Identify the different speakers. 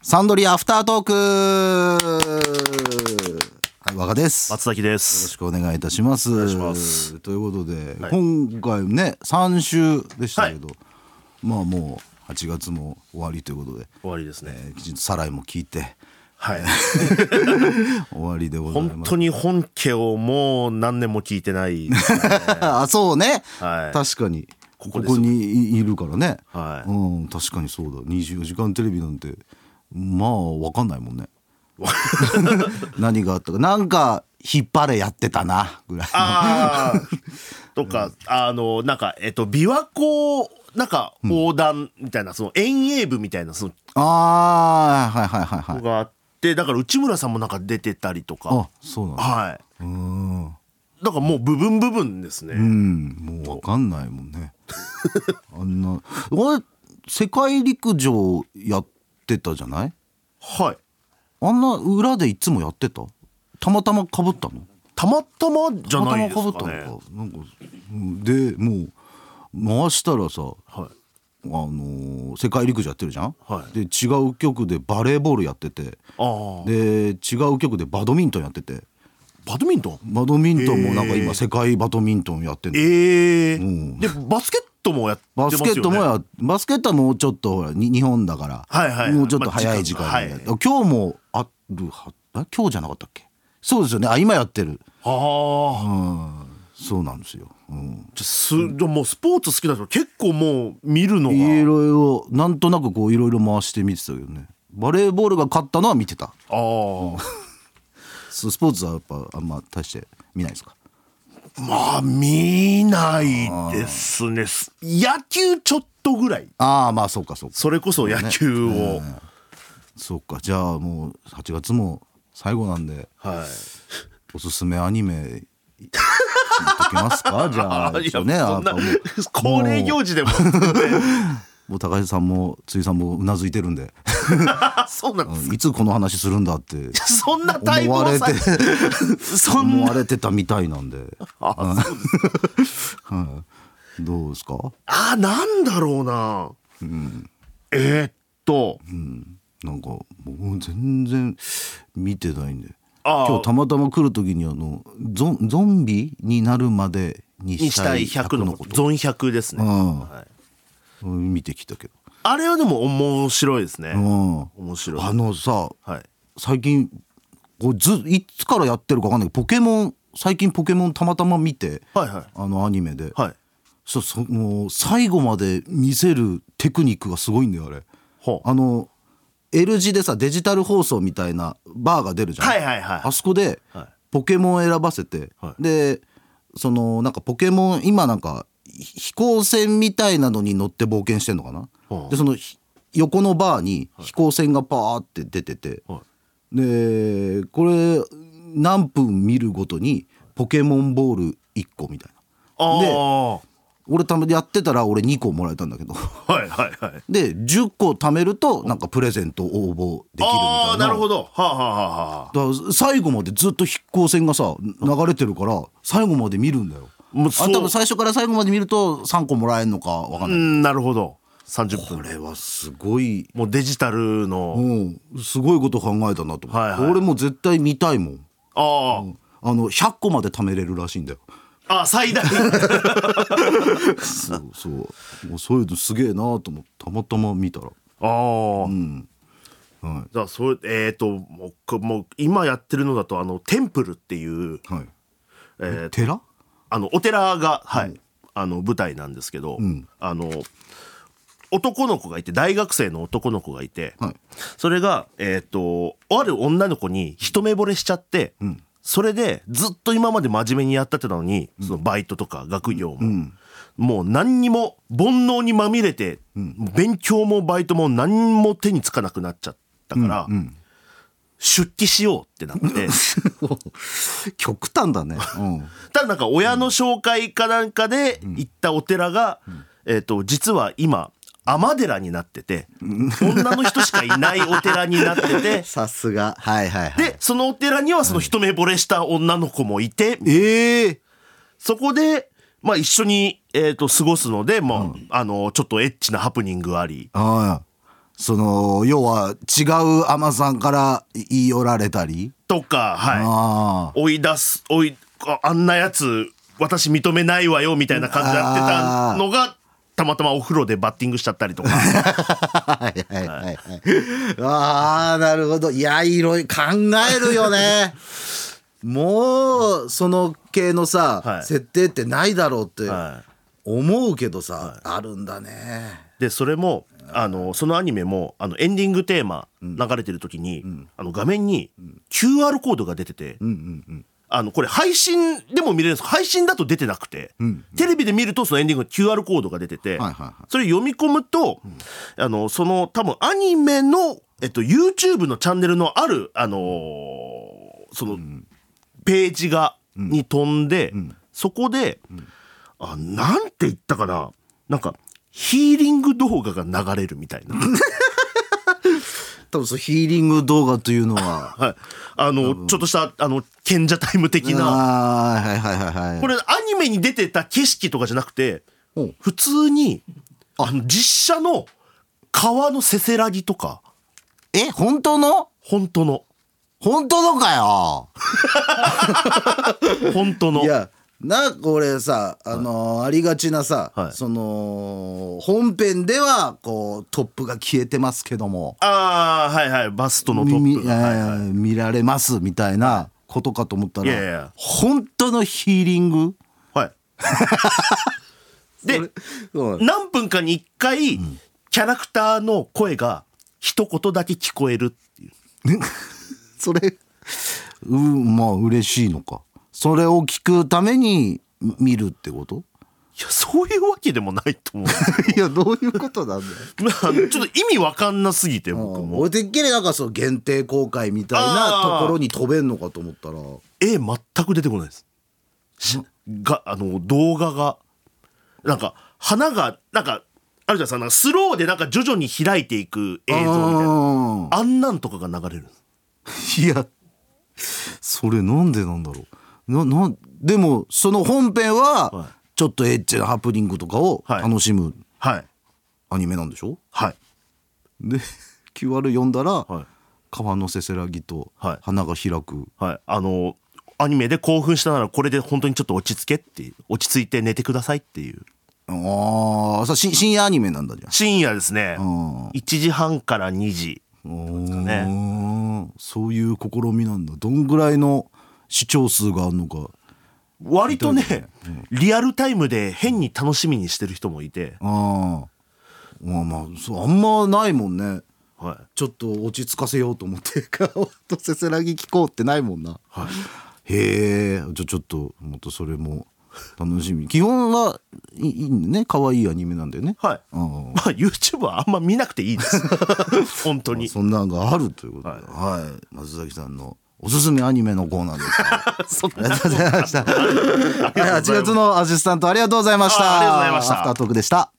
Speaker 1: サンドリーアフタートークはい、若です。よ
Speaker 2: 松崎で
Speaker 1: ろ
Speaker 2: す。
Speaker 1: しくお願いいたします。
Speaker 2: 願いします
Speaker 1: ということで、
Speaker 2: はい
Speaker 1: 今回ね、3週でしたけど、まあもう8月も終わりということで、
Speaker 2: 終わりですね。
Speaker 1: えーきちんとサライも聞いて、
Speaker 2: はい。
Speaker 1: 終わりでござい
Speaker 2: 本
Speaker 1: ます。
Speaker 2: 当に本家をもう何年も聞い てないですね。
Speaker 1: あ、そうね。
Speaker 2: はい
Speaker 1: 確かに。こ
Speaker 2: こ
Speaker 1: こ
Speaker 2: こです
Speaker 1: にいいるからね、
Speaker 2: はい
Speaker 1: うん、確かにそうだ24時間テレビなんてまあ分かんないもん ね何があったかなんか引っ張れやってたなぐらいの
Speaker 2: ああ。とか、あの、なんか、えっと、琵琶湖、なんか横断みたいな、その遠泳部みたいな、その、
Speaker 1: あーはいはいはいはい
Speaker 2: があって、だから内村さんもなんか出てたりとか
Speaker 1: あ。そうなんだ
Speaker 2: は
Speaker 1: うーん
Speaker 2: い。だからもう部分部分です
Speaker 1: う
Speaker 2: ね。
Speaker 1: んもう分かんないもん ねあんなあれ世界陸上やってたじゃない
Speaker 2: はい。
Speaker 1: あんな裏でいつもやってたたまたまかぶったの
Speaker 2: たまたまじ
Speaker 1: た
Speaker 2: ゃ
Speaker 1: また
Speaker 2: ない
Speaker 1: ま
Speaker 2: で
Speaker 1: かぶっ
Speaker 2: すか
Speaker 1: た
Speaker 2: ね
Speaker 1: の。かなんかうんでもう回したらさ
Speaker 2: はい。
Speaker 1: あのー世界陸上やってるじゃん、
Speaker 2: は
Speaker 1: で違
Speaker 2: い
Speaker 1: う局でバレーボールやってて
Speaker 2: ああ。
Speaker 1: で違う局でバドミントンやってて
Speaker 2: バドミントン
Speaker 1: バドミントンもなんか
Speaker 2: へ
Speaker 1: 今
Speaker 2: ー
Speaker 1: 世界バドミントンやってんの、
Speaker 2: ええ
Speaker 1: ん
Speaker 2: で、バスケットもやってま
Speaker 1: バ
Speaker 2: すよ
Speaker 1: ス
Speaker 2: ね。
Speaker 1: ケットもや、バスケットはもうちょっとほらに日本だから、
Speaker 2: はいはいはい
Speaker 1: もうちょっと早い時間に
Speaker 2: まあ
Speaker 1: や
Speaker 2: 時
Speaker 1: る今日もあるはあ今日じゃなかったっけそうですよねあ今やってる
Speaker 2: あ
Speaker 1: う
Speaker 2: あ、
Speaker 1: んそうなんですよ、うん、
Speaker 2: じゃあす、でももうスポーツ好きだと結構もう見るのが。
Speaker 1: いろいろなんとなくこういろいろ回して見てたけどねバレーボールが勝ったのは見てた
Speaker 2: ああ、
Speaker 1: そうスポーツはやっぱあんま大して見ないですか
Speaker 2: まあ見ないですね。野球ちょっとぐらい。
Speaker 1: ああまあそうかそうか
Speaker 2: それこそ野球を。
Speaker 1: そうかじゃあもう8月も最後なんで
Speaker 2: はい。
Speaker 1: おすすめアニメい言っときます かじゃあ
Speaker 2: い
Speaker 1: ちょっ
Speaker 2: や
Speaker 1: とねや
Speaker 2: そんな
Speaker 1: っぱもう
Speaker 2: 恒例行事でも
Speaker 1: もう高橋さんも辻さんもうなずいてるん で、
Speaker 2: あそうなん
Speaker 1: う
Speaker 2: です、
Speaker 1: んいつこの話するんだって
Speaker 2: そんなタイプ
Speaker 1: 思わ
Speaker 2: の
Speaker 1: れ
Speaker 2: さ
Speaker 1: て
Speaker 2: そん
Speaker 1: 思
Speaker 2: な
Speaker 1: われてたみたいなんで、
Speaker 2: あそうです
Speaker 1: はい、どうですか
Speaker 2: あなんだろうな、えー、っと、
Speaker 1: なんかもう全然見てないんで
Speaker 2: ああ
Speaker 1: 今日たまたま来る時にあのゾンゾンビになるまでに
Speaker 2: に
Speaker 1: し
Speaker 2: したた
Speaker 1: い
Speaker 2: い100
Speaker 1: 100
Speaker 2: の
Speaker 1: の
Speaker 2: こ
Speaker 1: ことと
Speaker 2: ゾン100ですね、
Speaker 1: うん
Speaker 2: はい
Speaker 1: うん見てきたけど、
Speaker 2: あれはでも面白いですね、
Speaker 1: うん、
Speaker 2: 面白い
Speaker 1: あのさ
Speaker 2: はい
Speaker 1: 最近こうずいつからやってるか分かんないけどポケモン最近ポケモンたまたま見て
Speaker 2: はいはい
Speaker 1: あのアニメで、
Speaker 2: はい
Speaker 1: そその最後まで見せるテクニックがすごいんだよあれ
Speaker 2: ほう
Speaker 1: あの L 字でさデジタル放送みたいなバーが出るじゃん、
Speaker 2: はいはいはい
Speaker 1: あそこで
Speaker 2: はい
Speaker 1: ポケモンを選ばせて、
Speaker 2: は
Speaker 1: でそのなんかポケモン今なんかひ飛行船みたいなのに乗って冒険してんのかな、
Speaker 2: はあ
Speaker 1: でそのひ横のバーに飛行船がパーって出てて、
Speaker 2: は
Speaker 1: でこれ何分見るごとにポケモンボール1個みたいな
Speaker 2: あ
Speaker 1: で
Speaker 2: ー
Speaker 1: 俺たまやってたら俺2個もらえたんだけど
Speaker 2: はいはいはい
Speaker 1: で10個貯めるとなんかプレゼント応募できるみたい
Speaker 2: ああ
Speaker 1: な
Speaker 2: ーなるほどはあ、はあはあはあ、
Speaker 1: だから最後までずっと飛行船がさ流れてるから最後まで見るんだよ
Speaker 2: もう
Speaker 1: あ
Speaker 2: そう
Speaker 1: 多分最初から最後まで見ると3個もらえるのかわかん
Speaker 2: う
Speaker 1: ない、
Speaker 2: んなるほど30分
Speaker 1: これはすごい
Speaker 2: もうデジタルの、
Speaker 1: うんすごいこと考えたなと思って、
Speaker 2: はいはい
Speaker 1: 俺も絶対見たいもん
Speaker 2: あー、
Speaker 1: あの100個まで貯めれるらしい んだよ
Speaker 2: あ最 大
Speaker 1: そうそうもうそういうのすげえなと思ってたまたま見たら
Speaker 2: ああ、
Speaker 1: は
Speaker 2: じゃあそれえっ、ともうこもう今やってるのだとあのテンプルっていう、
Speaker 1: いはい
Speaker 2: えー
Speaker 1: 寺
Speaker 2: あのお寺が、はいあの舞台なんですけど、あの男の子がいて大学生の男の子がいて、
Speaker 1: はい
Speaker 2: それが、えー、とある女の子に一目惚れしちゃって、それでずっと今まで真面目にやったってたのにそのバイトとか学業も、もう何にも煩悩にまみれて、勉強もバイトも何も手につかなくなっちゃったから、出家しようってなって。
Speaker 1: 極端だね、うん、
Speaker 2: ただなんか親の紹介かなんかで行ったお寺が、えっと実は今尼寺になってて、女の人しかいないお寺になってて
Speaker 1: さすがはいはいはい
Speaker 2: でそのお寺にはその一目惚れした女の子もいて、
Speaker 1: ええ
Speaker 2: そこで、まあ、一緒に、えっと過ごすので、まああのちょっとエッチなハプニングあり
Speaker 1: ああその要は違う海女さんから言い寄られたり、
Speaker 2: とか、は
Speaker 1: あ
Speaker 2: い。追い出す、追い、ああんなやつ、私認めないわよ、みたいな感じでやってたのが、たまたまお風呂でバッティングしちゃったりとか。
Speaker 1: あはいはいはいはいああなるほどいやいろいろ考えるよ ねもうその系のさ、
Speaker 2: はい
Speaker 1: 設定ってないだろうって
Speaker 2: は
Speaker 1: 思うけどさ、あるんだね
Speaker 2: で、それも、あの、そのアニメも、あの、エンディングテーマ流れてる時に、あの、画面に QR コードが出てて、あの、これ配信でも見れるんです配信だと出てなくて、テレビで見るとそのエンディングの QR コードが出てて、
Speaker 1: はいはいはい
Speaker 2: それ読み込むと、あの、その多分アニメの、えっと、YouTube のチャンネルのある、あのーその、ページが、に飛んで、そこで、あ、なんて言ったかななんか、ヒーリング動画が流れるみたいな。
Speaker 1: 多分そのヒーリング動画というのは
Speaker 2: はい。あの、ちょっとした、あの、賢者タイム的な。
Speaker 1: あーはいはいはいはい
Speaker 2: これアニメに出てた景色とかじゃなくて
Speaker 1: うん
Speaker 2: 普通にあの実写の川のせせらぎとか
Speaker 1: え本当の
Speaker 2: 本当の
Speaker 1: 本当のかよ
Speaker 2: 本当の
Speaker 1: いやな俺さ、あのーありがちなさ、
Speaker 2: はい
Speaker 1: その本編ではこうトップが消えてますけども
Speaker 2: ああはいはいバストのトップ
Speaker 1: み
Speaker 2: がはい
Speaker 1: えー見られますみたいなことかと思ったら
Speaker 2: いやいや
Speaker 1: 本当のヒーリング
Speaker 2: はいで
Speaker 1: うん
Speaker 2: 何分かに1回キャラクターの声が一言だけ聞こえるっていう
Speaker 1: それうんまあ嬉しいのかそれを聞くために見るってこと
Speaker 2: いやそういうわけでもないと思う
Speaker 1: いやどういうことなんだよ
Speaker 2: あのちょっと意味わかんなすぎて僕も
Speaker 1: 俺てっきりなんかその限定公開みたいな
Speaker 2: あー
Speaker 1: ところに飛べんのかと思ったら
Speaker 2: 絵全く出てこないですしがあの動画がなんか花がなんかあるじゃないですかなんかスローでなんか徐々に開いていく映像みたいな
Speaker 1: あ
Speaker 2: あんなんとかが流れるんです
Speaker 1: ーいやそれなんでなんだろうななんでもその本編
Speaker 2: はい
Speaker 1: はちょっとエッチなハプニングとかを
Speaker 2: はい
Speaker 1: 楽しむ
Speaker 2: はい
Speaker 1: アニメなんでしょ
Speaker 2: はい
Speaker 1: で QR 読んだら
Speaker 2: はい
Speaker 1: 川のせせらぎと
Speaker 2: はい
Speaker 1: 花が開く
Speaker 2: はいあのアニメで興奮したならこれで本当にちょっと落ち着けっていう落ち着いて寝てくださいっていう
Speaker 1: ああさし深夜アニメなんだじゃん
Speaker 2: 深夜ですね
Speaker 1: ん
Speaker 2: 1時半から2時
Speaker 1: おーそういう試みなんだどんぐらいの視聴数があるのか
Speaker 2: 割とねリアルタイムで変に楽しみにしてる人もいて、
Speaker 1: ああまあまあそうあんまないもんね
Speaker 2: はい、
Speaker 1: ちょっと落ち着かせようと思って 顔とせせらぎ聞こうってないもんな、へえじゃあちょっともっとそれも楽しみ基本はいいいね可愛いアニメなんだよね
Speaker 2: はい。
Speaker 1: う
Speaker 2: ま
Speaker 1: ん
Speaker 2: あ YouTube はあんま見なくてい いです。本当に。
Speaker 1: そんなんがあるということで、はい松崎さんのおすすめアニメのコーナーでした
Speaker 2: そん
Speaker 1: あり
Speaker 2: な
Speaker 1: がとうございました
Speaker 2: ありがとうござい
Speaker 1: 8
Speaker 2: ます
Speaker 1: 月のアシスタントありがとうございました
Speaker 2: あありがとうございました
Speaker 1: アフタートークでした